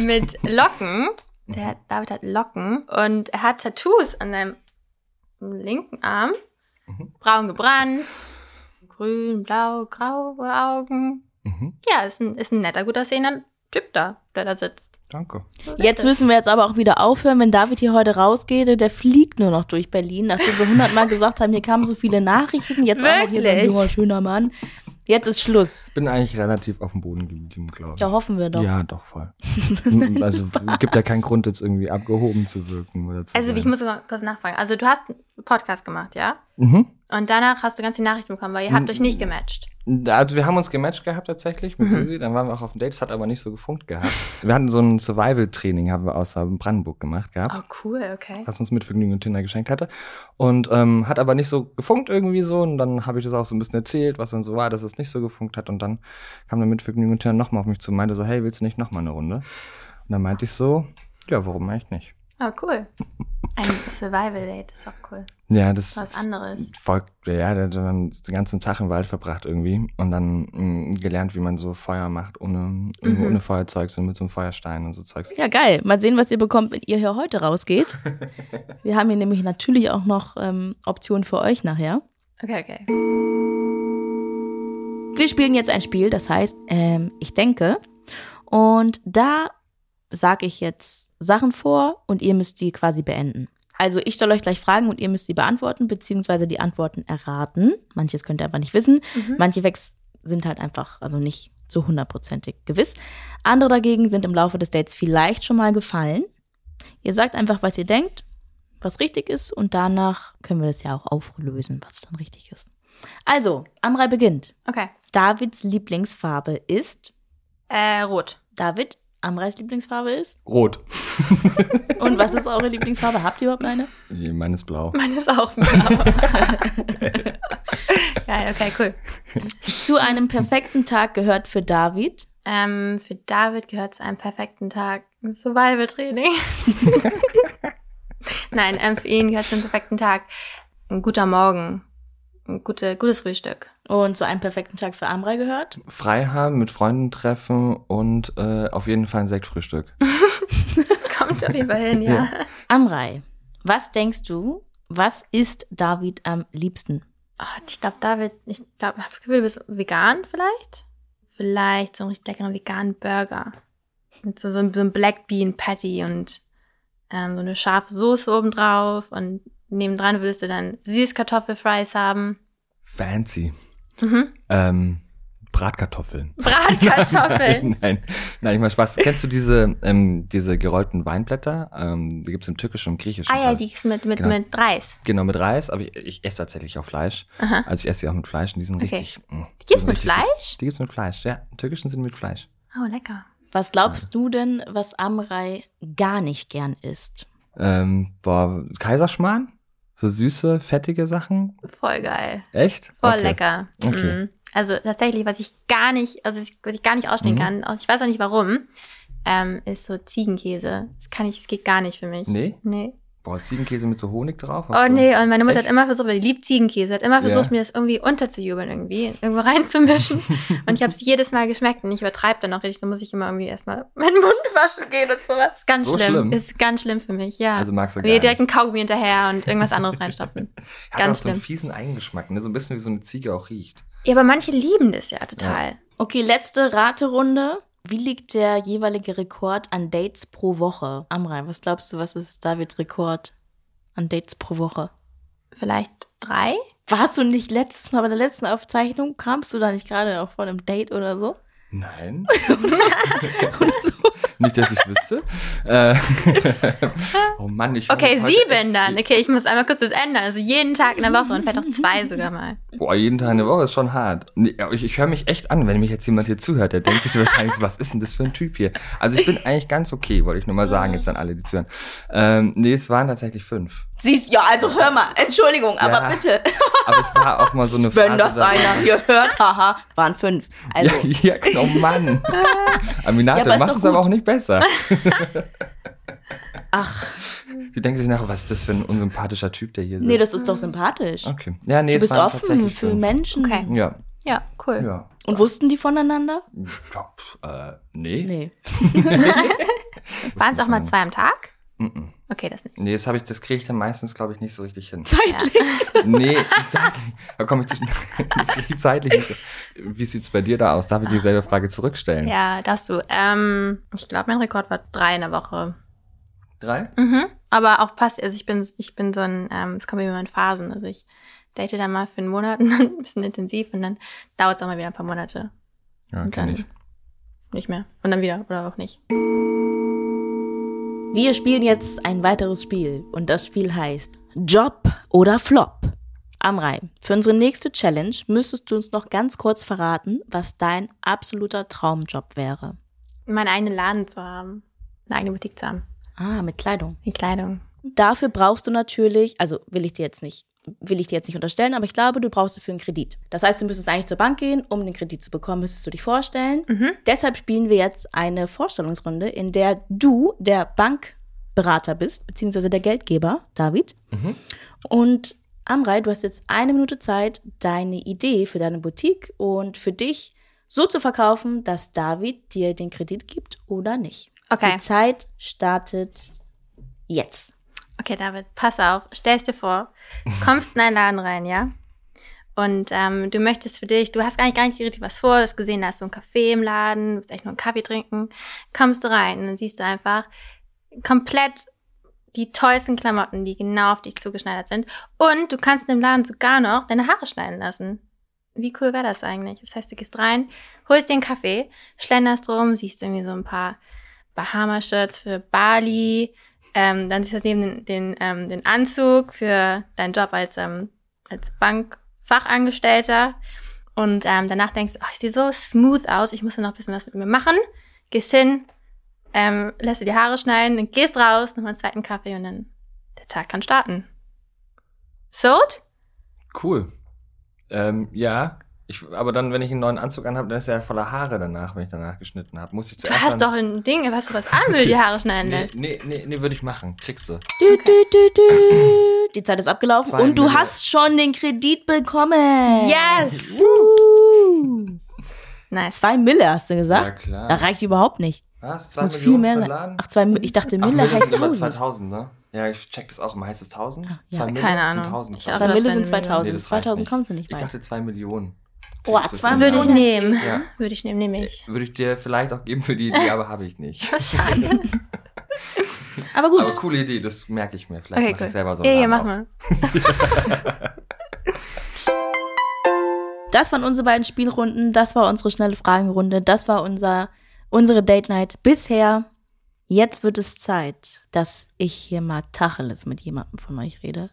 S2: mit Locken. Der David hat Locken und er hat Tattoos an seinem linken Arm. Braun gebrannt, grün, blau, graue Augen.
S1: Mhm,
S2: Ja, ist ein, ist ein netter, gut aussehender Typ da, der da sitzt.
S1: danke.
S3: Jetzt müssen wir jetzt aber auch wieder aufhören, wenn David hier heute rausgeht. Der fliegt nur noch durch Berlin, nachdem wir hundertmal gesagt haben, hier kamen so viele Nachrichten. Jetzt auch noch hier so ein
S2: Wirklich?
S3: junger, schöner Mann. Jetzt ist Schluss.
S1: Bin eigentlich relativ auf dem Boden geblieben, glaube ich.
S3: Ja, hoffen wir doch.
S1: Ja, doch, voll. also gibt ja keinen Grund, jetzt irgendwie abgehoben zu wirken oder zu
S2: Also
S1: sein.
S2: ich muss sogar kurz nachfragen. Also du hast einen Podcast gemacht, ja?
S1: Mhm.
S2: Und danach hast du ganz die Nachrichten bekommen, weil ihr habt euch nicht gematcht.
S1: Also wir haben uns gematcht gehabt tatsächlich mit Susi, dann waren wir auch auf dem Date, es hat aber nicht so gefunkt gehabt. Wir hatten so ein Survival-Training, haben wir aus Brandenburg gemacht gehabt,
S2: Oh, cool, okay.
S1: was uns mit Vergnügen und Tinder geschenkt hatte. Und ähm, hat aber nicht so gefunkt irgendwie so und dann habe ich das auch so ein bisschen erzählt, was dann so war, dass es nicht so gefunkt hat und dann kam dann mit Vergnügen und Tinder nochmal auf mich zu und meinte so, hey, willst du nicht nochmal eine Runde? Und dann meinte ich so, ja, warum eigentlich nicht?
S2: Oh, cool. Ein Survival-Date ist auch cool.
S1: Ja, das
S2: Was anderes.
S1: folgt, ja, der hat dann den ganzen Tag im Wald verbracht irgendwie und dann mh, gelernt, wie man so Feuer macht, ohne,
S2: Mhm.
S1: ohne Feuerzeug, so mit so einem Feuerstein und so Zeugs.
S3: Ja, geil. Mal sehen, was ihr bekommt, wenn ihr hier heute rausgeht. Wir haben hier nämlich natürlich auch noch ähm, Optionen für euch nachher.
S2: Okay, okay.
S3: Wir spielen jetzt ein Spiel, das heißt, ähm, ich denke. Und da sage ich jetzt Sachen vor und ihr müsst die quasi beenden. Also ich stelle euch gleich Fragen und ihr müsst sie beantworten, beziehungsweise die Antworten erraten. Manches könnt ihr aber nicht wissen. Manche Wegs sind halt einfach, also nicht so hundertprozentig gewiss. Andere dagegen sind im Laufe des Dates vielleicht schon mal gefallen. Ihr sagt einfach, was ihr denkt, was richtig ist und danach können wir das ja auch auflösen, was dann richtig ist. Also, Amrei beginnt.
S2: Okay.
S3: Davids Lieblingsfarbe ist
S2: Äh, rot.
S3: David, Amreis Lieblingsfarbe ist?
S1: Rot.
S3: Und was ist eure Lieblingsfarbe? Habt ihr überhaupt eine?
S1: Meine ist blau.
S2: Meine ist auch blau. Geil, okay, cool.
S3: Zu einem perfekten Tag gehört für David.
S2: Ähm, für David gehört zu einem perfekten Tag ein Survival-Training. Nein, ähm, für ihn gehört zu einem perfekten Tag ein guter Morgen, ein gute, gutes Frühstück.
S3: Und zu einem perfekten Tag für Amrei gehört.
S1: Frei haben, mit Freunden treffen und äh, auf jeden Fall ein Sektfrühstück.
S2: Das kommt auf jeden Fall hin, ja.
S3: Amrei, was denkst du, was isst David am liebsten?
S2: Oh, ich glaube, David, ich glaube, ich habe das Gefühl, du bist vegan vielleicht. Vielleicht so einen richtig leckeren veganen Burger. Mit so, so, einem- so einem Black Bean Patty und ähm, so eine scharfe Soße obendrauf. Und nebendran würdest du dann Süßkartoffelfries haben.
S1: Fancy.
S2: Mhm.
S1: Ähm, Bratkartoffeln.
S2: Bratkartoffeln.
S1: Nein, nein, nein, ich mach Spaß. Kennst du diese, ähm, diese gerollten Weinblätter? Ähm, die gibt's im Türkischen und Griechischen.
S2: Ah ja,
S1: glaub
S2: die
S1: ich.
S2: ist mit, mit,
S1: Genau.
S2: mit Reis.
S1: Genau, mit Reis, aber ich, ich esse tatsächlich auch Fleisch.
S2: Aha.
S1: Also ich esse sie auch mit Fleisch und die sind
S2: Okay.
S1: richtig. mh,
S2: Die gibt's
S1: sind
S2: mit
S1: richtig gut.
S2: Fleisch?
S1: Die gibt's mit Fleisch, ja. Im Türkischen sind die mit Fleisch.
S2: Oh, lecker.
S3: Was glaubst du denn, was Amrei gar nicht gern isst?
S1: Ähm, boah, Kaiserschmarrn? So süße, fettige Sachen?
S2: Voll geil.
S1: Echt?
S2: Voll
S1: Okay.
S2: lecker.
S1: Okay.
S2: Mhm. Also tatsächlich, was ich gar nicht, also ich- was ich gar nicht ausstehen
S1: Mhm.
S2: kann, auch- ich weiß auch nicht warum, ähm, ist so Ziegenkäse. Das kann ich, es geht gar nicht für mich.
S1: Nee?
S2: Nee.
S1: Boah, Ziegenkäse mit so Honig drauf?
S2: Oh
S1: Hast du-
S2: nee, und meine Mutter
S1: Echt?
S2: hat immer versucht, weil die liebt Ziegenkäse, hat immer versucht,
S1: Ja.
S2: mir das irgendwie unterzujubeln irgendwie, irgendwo reinzumischen. und ich habe es jedes Mal geschmeckt und ich übertreibe dann auch richtig, dann muss ich immer irgendwie erstmal meinen Mund waschen gehen und sowas. Ist ganz
S1: So
S2: schlimm.
S1: schlimm?
S2: Ist ganz schlimm für mich, ja.
S1: Also magst du gar
S2: mir
S1: nicht.
S2: direkt einen Kaugummi hinterher und irgendwas anderes reinstopfen.
S1: Hat
S2: ganz
S1: auch so einen
S2: schlimm.
S1: fiesen Eigengeschmack, ne? So ein bisschen wie so eine Ziege auch riecht.
S2: Ja, aber manche lieben das ja total.
S3: Okay, letzte Raterunde. Wie liegt der jeweilige Rekord an Dates pro Woche? Amrei, was glaubst du, was ist Davids Rekord an Dates pro Woche?
S2: Vielleicht drei?
S3: Warst du nicht letztes Mal bei der letzten Aufzeichnung? Kamst du da nicht gerade auch von einem Date oder so?
S1: Nein.
S3: Oder so?
S1: nicht, dass ich wüsste. Äh, oh Mann, ich.
S2: Okay,
S1: heute-
S2: sieben dann. Okay, ich muss einmal kurz das ändern. Also jeden Tag in der Woche und vielleicht auch zwei sogar mal.
S1: Boah, jeden Tag eine Woche ist schon hart. Nee, aber ich ich höre mich echt an, wenn mich jetzt jemand hier zuhört. Der denkt sich wahrscheinlich, so, was ist denn das für ein Typ hier? Also ich bin eigentlich ganz okay, wollte ich nur mal sagen, jetzt an alle, die zuhören. Ähm, nee, es waren tatsächlich fünf.
S3: Siehst ja, also hör mal, Entschuldigung,
S1: aber Ja. bitte. Aber es war auch mal so eine Phase, da-
S3: hier hört, haha, waren fünf. Also,
S1: Ja, ja, genau, Mann. Aminate,
S3: Ja, aber ist
S1: machst
S3: doch
S1: es aber
S3: gut.
S1: auch nicht besser.
S3: ach,
S1: Die denken sich nachher, was ist das für ein unsympathischer Typ, der hier sitzt.
S3: nee, das ist doch sympathisch.
S1: okay. Ja, nee,
S3: Du
S1: es
S3: bist
S1: waren
S3: offen
S1: tatsächlich
S3: für
S1: fünf.
S3: Menschen.
S2: Okay.
S1: Ja,
S2: Ja, cool.
S1: ja.
S3: Und wussten die voneinander?
S1: ja pf, äh, nee.
S3: Nee.
S2: Waren es auch mal zwei am Tag?
S1: Mm-mm.
S2: Okay, das nicht.
S1: Nee, das habe ich, das kriege ich dann meistens, glaube ich, nicht so richtig hin.
S3: Zeitlich.
S1: nee, zeitlich. Da komme ich zwischen. Das kriege ich zeitlich nicht. Wie sieht's bei dir da aus? Darf ich dieselbe Frage zurückstellen?
S2: Ja, darfst du. Ähm, ich glaube, mein Rekord war drei in der Woche.
S1: Drei?
S2: Mhm. Aber auch passt, also ich bin, ich bin so ein, ähm, es kommt immer in Phasen. Also ich date dann mal für einen Monat und dann ein bisschen intensiv und dann dauert es auch mal wieder ein paar Monate.
S1: Ja,
S2: Und
S1: kenn ich.
S2: dann nicht mehr. Und dann wieder oder auch nicht.
S3: Wir spielen jetzt ein weiteres Spiel und das Spiel heißt Job oder Flop. Amrei, für unsere nächste Challenge müsstest du uns noch ganz kurz verraten, was dein absoluter Traumjob wäre.
S2: Meinen eigenen Laden zu haben. Eine eigene Boutique zu haben.
S3: Ah, mit Kleidung.
S2: Die Kleidung.
S3: Dafür brauchst du natürlich, also will ich dir jetzt nicht, will ich dir jetzt nicht unterstellen, aber ich glaube, du brauchst dafür einen Kredit. Das heißt, du müsstest eigentlich zur Bank gehen, um den Kredit zu bekommen, müsstest du dich vorstellen.
S2: Mhm.
S3: Deshalb spielen wir jetzt eine Vorstellungsrunde, in der du der Bankberater bist, beziehungsweise der Geldgeber, David.
S1: Mhm.
S3: Und Amrei, du hast jetzt eine Minute Zeit, deine Idee für deine Boutique und für dich so zu verkaufen, dass David dir den Kredit gibt oder nicht.
S2: Okay.
S3: Die Zeit startet jetzt.
S2: Okay, David, pass auf. Stellst dir vor, kommst in einen Laden rein, ja? Und ähm, du möchtest für dich, du hast gar nicht, gar nicht richtig was vor, du hast gesehen, da ist so ein Café im Laden, willst eigentlich nur einen Kaffee trinken. Kommst du rein und dann siehst du einfach komplett die tollsten Klamotten, die genau auf dich zugeschneidert sind. Und du kannst in dem Laden sogar noch deine Haare schneiden lassen. Wie cool wäre das eigentlich? Das heißt, du gehst rein, holst dir einen Kaffee, schlenderst rum, siehst irgendwie so ein paar Bahama-Shirts für Bali, ähm, dann siehst du neben den, den, ähm, den Anzug für deinen Job als, ähm, als Bankfachangestellter Und ähm, danach denkst du, ach, ich sehe so smooth aus, ich muss nur noch ein bisschen was mit mir machen. Gehst hin, ähm, lässt dir die Haare schneiden, dann gehst raus, nochmal einen zweiten Kaffee und dann der Tag kann starten. So?
S1: Cool. Ähm, ja. Ich, aber dann, wenn ich einen neuen Anzug anhabe, dann ist er ja voller Haare danach, wenn ich danach geschnitten habe. Muss ich
S2: Du
S1: zuerst.
S2: hast
S1: dann-
S2: doch ein Ding, was du was an, wenn du die Haare schneiden
S1: Nee,
S2: lässt.
S1: nee, nee, nee würde ich machen. Kriegst du.
S3: Dü, dü, dü, dü. Die Zeit ist abgelaufen
S1: Zwei
S3: und du
S1: Minuten.
S3: hast schon den Kredit bekommen.
S2: Yes!
S3: Uh.
S2: Nice.
S3: Zwei Mille hast du
S1: Ja,
S3: gesagt?
S1: klar.
S3: das reicht überhaupt nicht.
S1: Was? Zwei
S3: muss
S1: Millionen
S3: viel mehr
S1: für den
S3: sein.
S1: Laden?
S3: Ach, zwei, Mi- ich dachte,
S1: Ach,
S3: Mille heißt
S1: sind immer
S3: 1000.
S1: 2000, ne? Ja, ich check das auch immer. Heißt es 1000?
S3: Ah, ja.
S1: Zwei Mille
S2: Keine
S1: sind
S2: Ahnung.
S1: 1000.
S2: Ich
S3: Zwei
S2: auch.
S3: Mille sind
S2: Nee, das
S3: 2000.
S1: reicht
S3: 2000
S1: nicht.
S3: kommst du nicht
S1: Ich
S3: weit.
S1: dachte 2 Millionen.
S3: Oh,
S1: Kriegst du
S3: zwei
S1: für den
S2: Würde ich
S1: Laden.
S2: nehmen.
S1: Ja.
S2: Würde ich nehmen, nehme ich.
S1: Würde ich dir vielleicht auch geben für die Idee, aber habe ich nicht.
S2: Schade.
S3: Aber gut.
S1: Aber coole Idee, das merke ich mir. Vielleicht
S2: Okay,
S1: mache
S2: cool.
S1: ich selber so
S2: ja,
S1: einen
S2: ja, mach
S1: Laden auf.
S2: mal.
S3: Das waren unsere beiden Spielrunden, das war unsere schnelle Fragenrunde, das war unser, unsere Date Night bisher. Jetzt wird es Zeit, dass ich hier mal Tacheles mit jemandem von euch rede.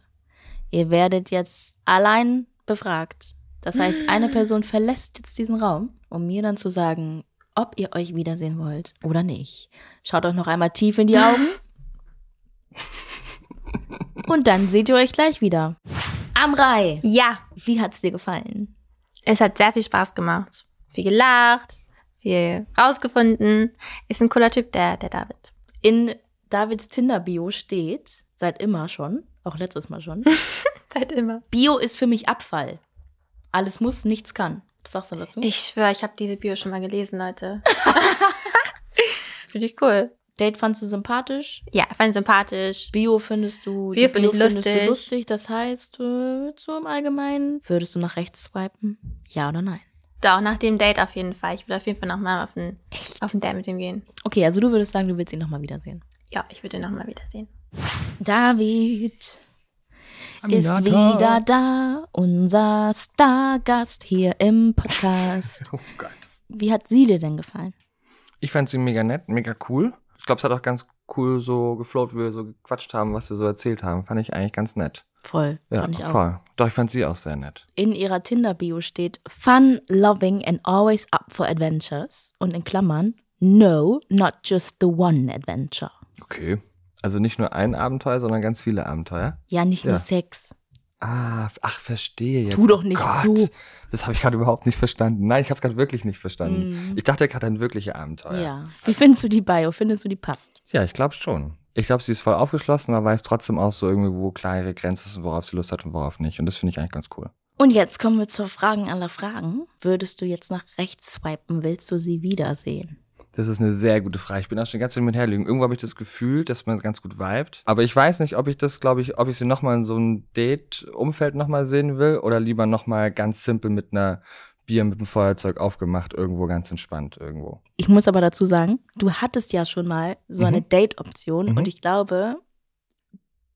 S3: Ihr werdet jetzt allein befragt. Das heißt, eine Person verlässt jetzt diesen Raum, um mir dann zu sagen, ob ihr euch wiedersehen wollt oder nicht. Schaut euch noch einmal tief in die Augen. Und dann seht ihr euch gleich wieder. Amrei,
S2: Ja,
S3: wie hat's dir gefallen?
S2: es hat sehr viel Spaß gemacht. Viel gelacht, viel rausgefunden. Ist ein cooler Typ, der, der David.
S3: In Davids Tinder-Bio steht, seit immer schon, auch letztes Mal schon,
S2: Hm. Seit Halt immer.
S3: Bio ist für mich Abfall. Alles muss, nichts kann. Was sagst du dazu?
S2: Ich schwöre, ich habe diese Bio schon mal gelesen, Leute. Finde ich cool.
S3: Date fandst du sympathisch,
S2: Ja, fand ihn sympathisch.
S3: Bio findest du,
S2: Bio
S3: die
S2: find ich
S3: findest
S2: lustig.
S3: du lustig. Das heißt, äh, so im Allgemeinen, würdest du nach rechts swipen? Ja oder nein?
S2: Doch, nach dem Date auf jeden Fall. Ich will auf jeden Fall nochmal auf ein, auf ein Date mit ihm gehen.
S3: Okay, also du würdest sagen, du willst ihn nochmal wiedersehen.
S2: Ja, ich würde ihn nochmal wiedersehen.
S3: David ist wieder da, unser Stargast hier im Podcast.
S1: Oh Gott.
S3: Wie hat sie dir denn gefallen?
S1: Ich fand sie mega nett, mega cool. Ich glaube, es hat auch ganz cool so gefloat, wie wir so gequatscht haben, was wir so erzählt haben. Fand ich eigentlich ganz nett.
S3: Voll,
S1: Ja,
S3: fand ich auch.
S1: voll. Doch, ich fand sie auch sehr nett.
S3: in ihrer Tinder-Bio steht Fun, loving and always up for adventures. Und in Klammern, no, not just the one adventure.
S1: Okay. Also nicht nur ein Abenteuer, sondern ganz viele Abenteuer.
S3: Ja, nicht nur
S1: Ja.
S3: Sex.
S1: Ah, f- ach, verstehe jetzt.
S3: Tu doch nicht so.
S1: Das habe ich gerade überhaupt nicht verstanden. Nein, ich habe es gerade wirklich nicht verstanden.
S3: Mhm.
S1: Ich dachte gerade an wirkliche Abenteuer.
S3: Ja. Wie findest du die Bio? Findest du die passt?
S1: Ja, ich glaube schon. Ich glaube, sie ist voll aufgeschlossen, aber weiß trotzdem auch so irgendwie, wo klar ihre Grenze ist und worauf sie Lust hat und worauf nicht. Und das finde ich eigentlich ganz cool.
S3: Und jetzt kommen wir zur Fragen aller Fragen. Würdest du jetzt nach rechts swipen? Willst du sie wiedersehen?
S1: Das ist eine sehr gute Frage. Ich bin da schon ganz schön mit herlügen. Irgendwo habe ich das Gefühl, dass man ganz gut vibet. Aber ich weiß nicht, ob ich das, glaube ich, ob ich sie nochmal in so einem Date-Umfeld nochmal sehen will oder lieber nochmal ganz simpel mit einer Bier mit einem Feuerzeug aufgemacht, irgendwo ganz entspannt, irgendwo.
S3: Ich muss aber dazu sagen, du hattest ja schon mal so
S1: Mhm.
S3: eine Date-Option
S1: Mhm.
S3: und ich glaube,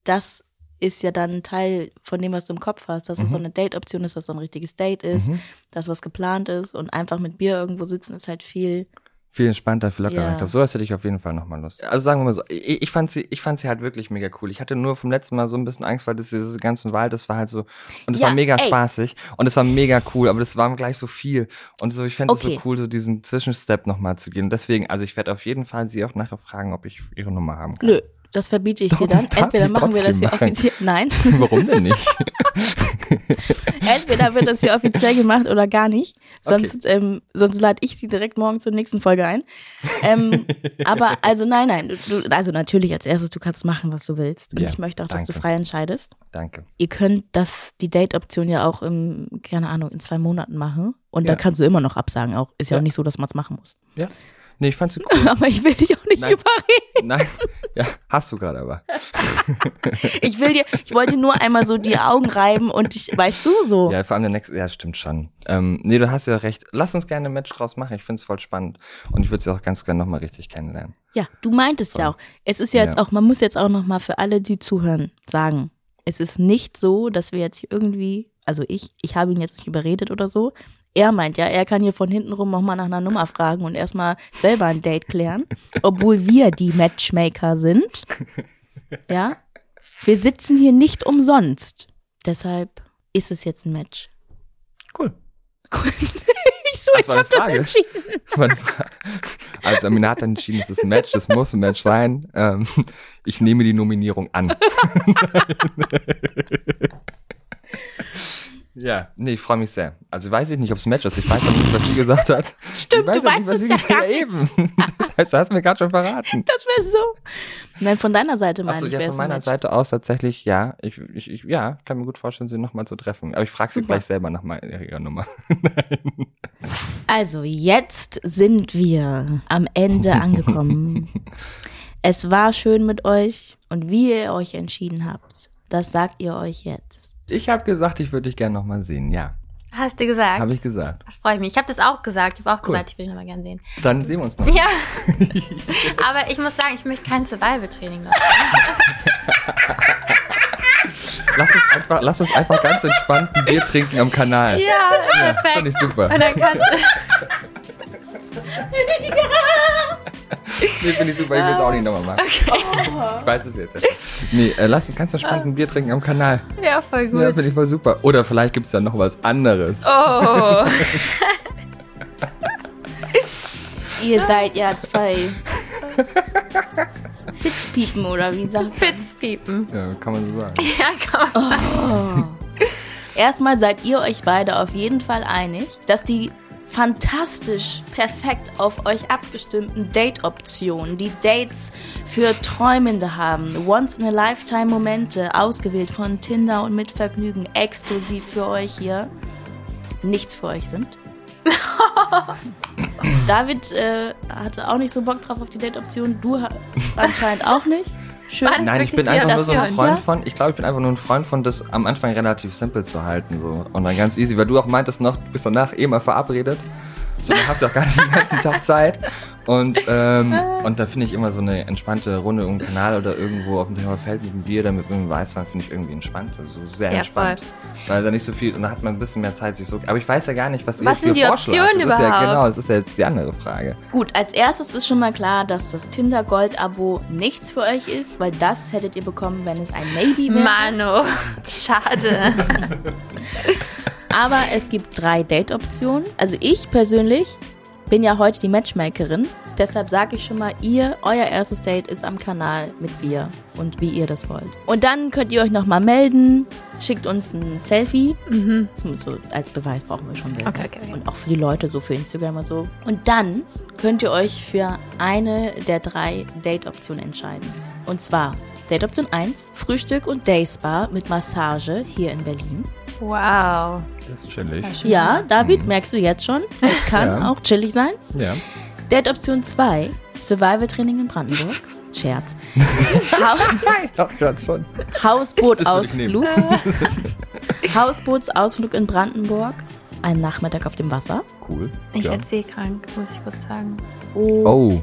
S3: das ist ja dann ein Teil von dem, was du im Kopf hast, dass es
S1: Mhm.
S3: so eine Date-Option ist, dass so ein richtiges Date ist.
S1: Mhm.
S3: das, was geplant ist und einfach mit Bier irgendwo sitzen, ist halt viel.
S1: Viel entspannter, viel lockerer.
S3: Ja.
S1: Ich glaube, sowas hätte ich auf jeden Fall nochmal Lust. Also sagen wir mal so, ich, ich, fand sie, ich fand sie halt wirklich mega cool. Ich hatte nur vom letzten Mal so ein bisschen Angst, weil das diese ganzen Wahl, das war halt so, und es
S3: Ja,
S1: war mega
S3: ey.
S1: spaßig und es war mega cool, aber das war gleich so viel. Und so, ich fände es
S3: Okay.
S1: so cool, so diesen Zwischenstep nochmal zu gehen. Und deswegen, also ich werde auf jeden Fall sie auch nachher fragen, ob ich ihre Nummer haben kann.
S3: Nö, das verbiete ich dir
S1: Doch,
S3: dann.
S1: das darf
S3: Entweder
S1: ich
S3: machen wir das
S1: trotzdem
S3: hier
S1: machen.
S3: offiziell. Nein,
S1: Warum denn nicht?
S3: entweder wird das hier offiziell gemacht oder gar nicht. Sonst, ähm, sonst lade ich sie direkt morgen zur nächsten Folge ein. Ähm, aber also nein, nein. Du, du- also natürlich als erstes, du kannst machen, was du willst. Und
S1: Ja,
S3: ich möchte auch, dass du
S1: danke.
S3: frei entscheidest.
S1: Danke.
S3: Ihr könnt das, die Date-Option ja auch im, keine Ahnung, in zwei Monaten machen. Und da
S1: Ja.
S3: kannst du immer noch absagen auch. Ist ja,
S1: Ja.
S3: auch nicht so, dass man es machen muss.
S1: Ja. Nee, ich fand sie cool.
S3: Aber ich will dich auch nicht
S1: Nein.
S3: überreden.
S1: Nein. Ja, hast du gerade aber.
S3: Ich will dir, ich wollte nur einmal so die Augen reiben und ich, weißt du, so.
S1: Ja, vor allem der nächste, ja, stimmt schon. Ähm, nee, du hast ja recht. Lass uns gerne ein Match draus machen. Ich finde es voll spannend. Und ich würde sie auch ganz gerne nochmal richtig kennenlernen.
S3: Ja, du meintest ja auch. Es ist ja jetzt
S1: Ja.
S3: auch, man muss jetzt auch nochmal für alle, die zuhören, sagen. Es ist nicht so, dass wir jetzt hier irgendwie, also ich, ich habe ihn jetzt nicht überredet oder so. Er meint ja, er kann hier von hinten rum auch mal nach einer Nummer fragen und erstmal selber ein Date klären, obwohl wir die Matchmaker sind. Ja? Wir sitzen hier nicht umsonst. Deshalb ist es jetzt ein Match.
S1: Cool.
S3: ich so,
S1: Das
S3: ich
S1: war eine
S3: hab das
S1: Frage.
S3: entschieden.
S1: Man war- Also Amina hat dann entschieden, es ist ein Match, es muss ein Match sein. Ähm, ich nehme die Nominierung an. ja, nee, ich freue mich sehr. Also weiß ich nicht, ob es ein Match ist. Ich weiß auch nicht, was sie gesagt hat.
S3: Stimmt,
S1: ich
S3: du weißt es ja gar nicht.
S1: Eben. Das heißt, du hast mir gerade schon verraten.
S3: Das wäre so. Nein, von deiner Seite meine
S1: Achso,
S3: ich.
S1: ja,
S3: wär's
S1: von
S3: ein
S1: meiner
S3: Match.
S1: Seite aus tatsächlich, ja. Ich, ich, ich ja, kann mir gut vorstellen, sie nochmal zu treffen. Aber ich frage sie
S3: Super.
S1: gleich selber nach meiner- ihrer Nummer.
S3: Also, jetzt sind wir am Ende angekommen. es war schön mit euch und wie ihr euch entschieden habt, das sagt ihr euch jetzt.
S1: Ich habe gesagt, ich würde dich gerne nochmal sehen, ja.
S2: Hast du gesagt?
S1: Habe ich gesagt.
S2: Freue ich mich. Ich habe das auch gesagt. Ich habe auch
S1: Cool.
S2: gesagt, ich will ihn nochmal gern sehen.
S1: Dann sehen wir uns noch.
S2: Ja. Aber ich muss sagen, ich möchte kein Survival-Training machen.
S1: Lass uns einfach, lass uns einfach ganz entspannt ein Bier trinken am Kanal.
S2: Ja,
S1: Finde ich
S2: perfekt.
S1: super.
S2: Und dann kannst
S1: Nee, finde ich super. Ich will es auch nicht nochmal machen. Ich weiß es jetzt. Nee, äh, lass uns ganz entspannt ein Bier trinken am Kanal.
S2: du. Ja, voll
S1: Ja,
S2: gut.
S1: finde ich voll super. Oder vielleicht gibt es ja noch was anderes.
S2: Oh.
S3: Ihr seid ja zwei Fitzpiepen oder wie sagt
S2: Fitzpiepen. Oh,
S1: Ja, kann man so sagen.
S2: Ja, komm.
S3: Erstmal seid ihr euch beide auf jeden Fall einig, dass die fantastisch perfekt auf euch abgestimmten Date-Optionen, die Dates für Träumende haben, Once-in-a-Lifetime-Momente, ausgewählt von Tinder und mit Vergnügen, exklusiv für euch hier, nichts für euch sind. David äh, hatte auch nicht so Bock drauf auf die Date-Option, du ha- anscheinend auch nicht. Schön.
S2: Mann.
S1: Nein, ich bin
S2: wirklich die
S1: einfach nur so ein
S2: Adaption,
S1: Freund
S2: ja?
S1: von, ich glaube, ich bin einfach nur ein Freund von, das am Anfang relativ simpel zu halten. So. Und dann ganz easy, weil du auch meintest noch, du bist danach eh mal verabredet. So, dann hast du auch gar nicht den ganzen Tag Zeit. Und, ähm, und da finde ich immer so eine entspannte Runde um den Kanal oder irgendwo auf dem Thema Feld mit einem Bier oder mit einem Weißwein finde ich irgendwie entspannt. Also so sehr
S2: Ja,
S1: entspannt. Weil da nicht so viel, und da hat man ein bisschen mehr Zeit, sich so. Aber ich weiß ja gar nicht, was ihr
S2: Was
S1: jetzt
S2: sind
S1: hier
S2: die
S1: vorschlagt.
S2: Optionen
S1: das ist Ja,
S2: überhaupt?
S1: genau, das ist ja jetzt die andere Frage.
S3: Gut, als erstes ist schon mal klar, dass das Tinder Gold Abo nichts für euch ist, weil das hättet ihr bekommen, wenn es ein Maybe wäre.
S2: Mano. Schade.
S3: Aber es gibt drei Date Optionen. Also ich persönlich bin ja heute die Matchmakerin, deshalb sage ich schon mal, ihr euer erstes Date ist am Kanal mit mir und wie ihr das wollt. Und dann könnt ihr euch noch mal melden, schickt uns ein Selfie
S2: Mhm.
S3: Das muss So, als Beweis brauchen wir schon Bilder.
S2: Okay, okay, okay.
S3: Und auch für die Leute, so für Instagram und so. Und dann könnt ihr euch für eine der drei Date-Optionen entscheiden. Und zwar Date-Option 1, Frühstück und Day-Spa mit Massage hier in Berlin.
S2: Wow.
S1: Das ist chillig.
S3: Ja, David,
S1: Mhm.
S3: merkst du jetzt schon, es kann
S1: Ja.
S3: auch chillig sein.
S1: Ja.
S3: Date-Option 2, Survival-Training in Brandenburg. Scherz. Ha
S1: Ich dachte gerade schon. Das würde ich
S3: Hausbootausflug. Hausbootsausflug in Brandenburg. Ein Nachmittag auf dem Wasser.
S1: Cool.
S2: Ich
S1: ja.
S2: werd seekrank, muss ich kurz sagen.
S1: Oh.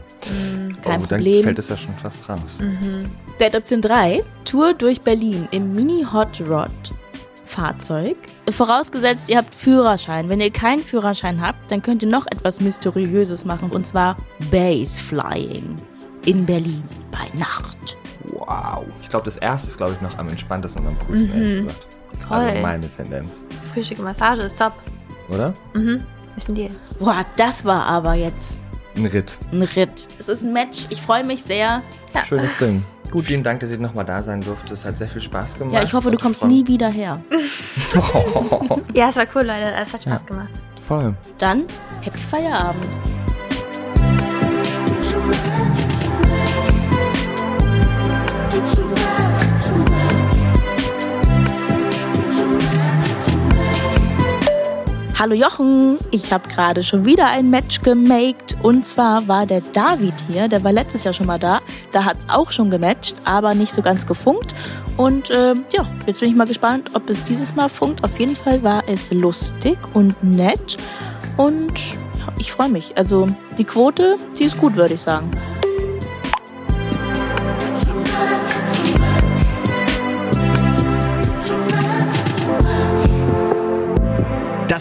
S1: oh,
S3: Kein
S1: Dann
S3: Problem.
S1: fällt es ja schon fast raus.
S2: Mhm.
S3: Date Option 3, Tour durch Berlin im Mini-Hot Rod. Fahrzeug. Vorausgesetzt, ihr habt Führerschein. Wenn ihr keinen Führerschein habt, dann könnt ihr noch etwas Mysteriöses machen und zwar Base Flying in Berlin bei Nacht.
S1: Wow. Ich glaube, das erste ist, glaube ich, noch am entspanntesten und am coolsten,
S2: Mhm.
S1: ehrlich gesagt.
S2: Voll.
S1: Also meine Tendenz,
S2: Frühstück und Massage ist top.
S1: oder?
S2: Mhm. Ist ein Deal.
S3: Boah, das war aber jetzt
S1: Ein Ritt.
S3: ein Ritt. Es ist ein Match. Ich freue mich sehr.
S2: Ja.
S1: Schönes Ding.
S3: Gut.
S1: Vielen Dank, dass ich nochmal da sein durfte. Es hat sehr viel Spaß gemacht.
S3: Ja, ich hoffe, du
S1: Und ich
S3: kommst
S1: freu-
S3: nie wieder her.
S2: Ja, es war cool, Leute. Es hat Spaß
S1: Ja.
S2: gemacht.
S1: Voll.
S3: Dann happy Feierabend. Hallo Jochen, ich habe gerade schon wieder ein Match gemaked. Und zwar war der David hier, der war letztes Jahr schon mal da. Da hat es auch schon gematcht, aber nicht so ganz gefunkt. Und ähm, ja, jetzt bin ich mal gespannt, ob es dieses Mal funkt. Auf jeden Fall war es lustig und nett. Und ja, ich freue mich. Also die Quote, die ist gut, würde ich sagen.
S4: Das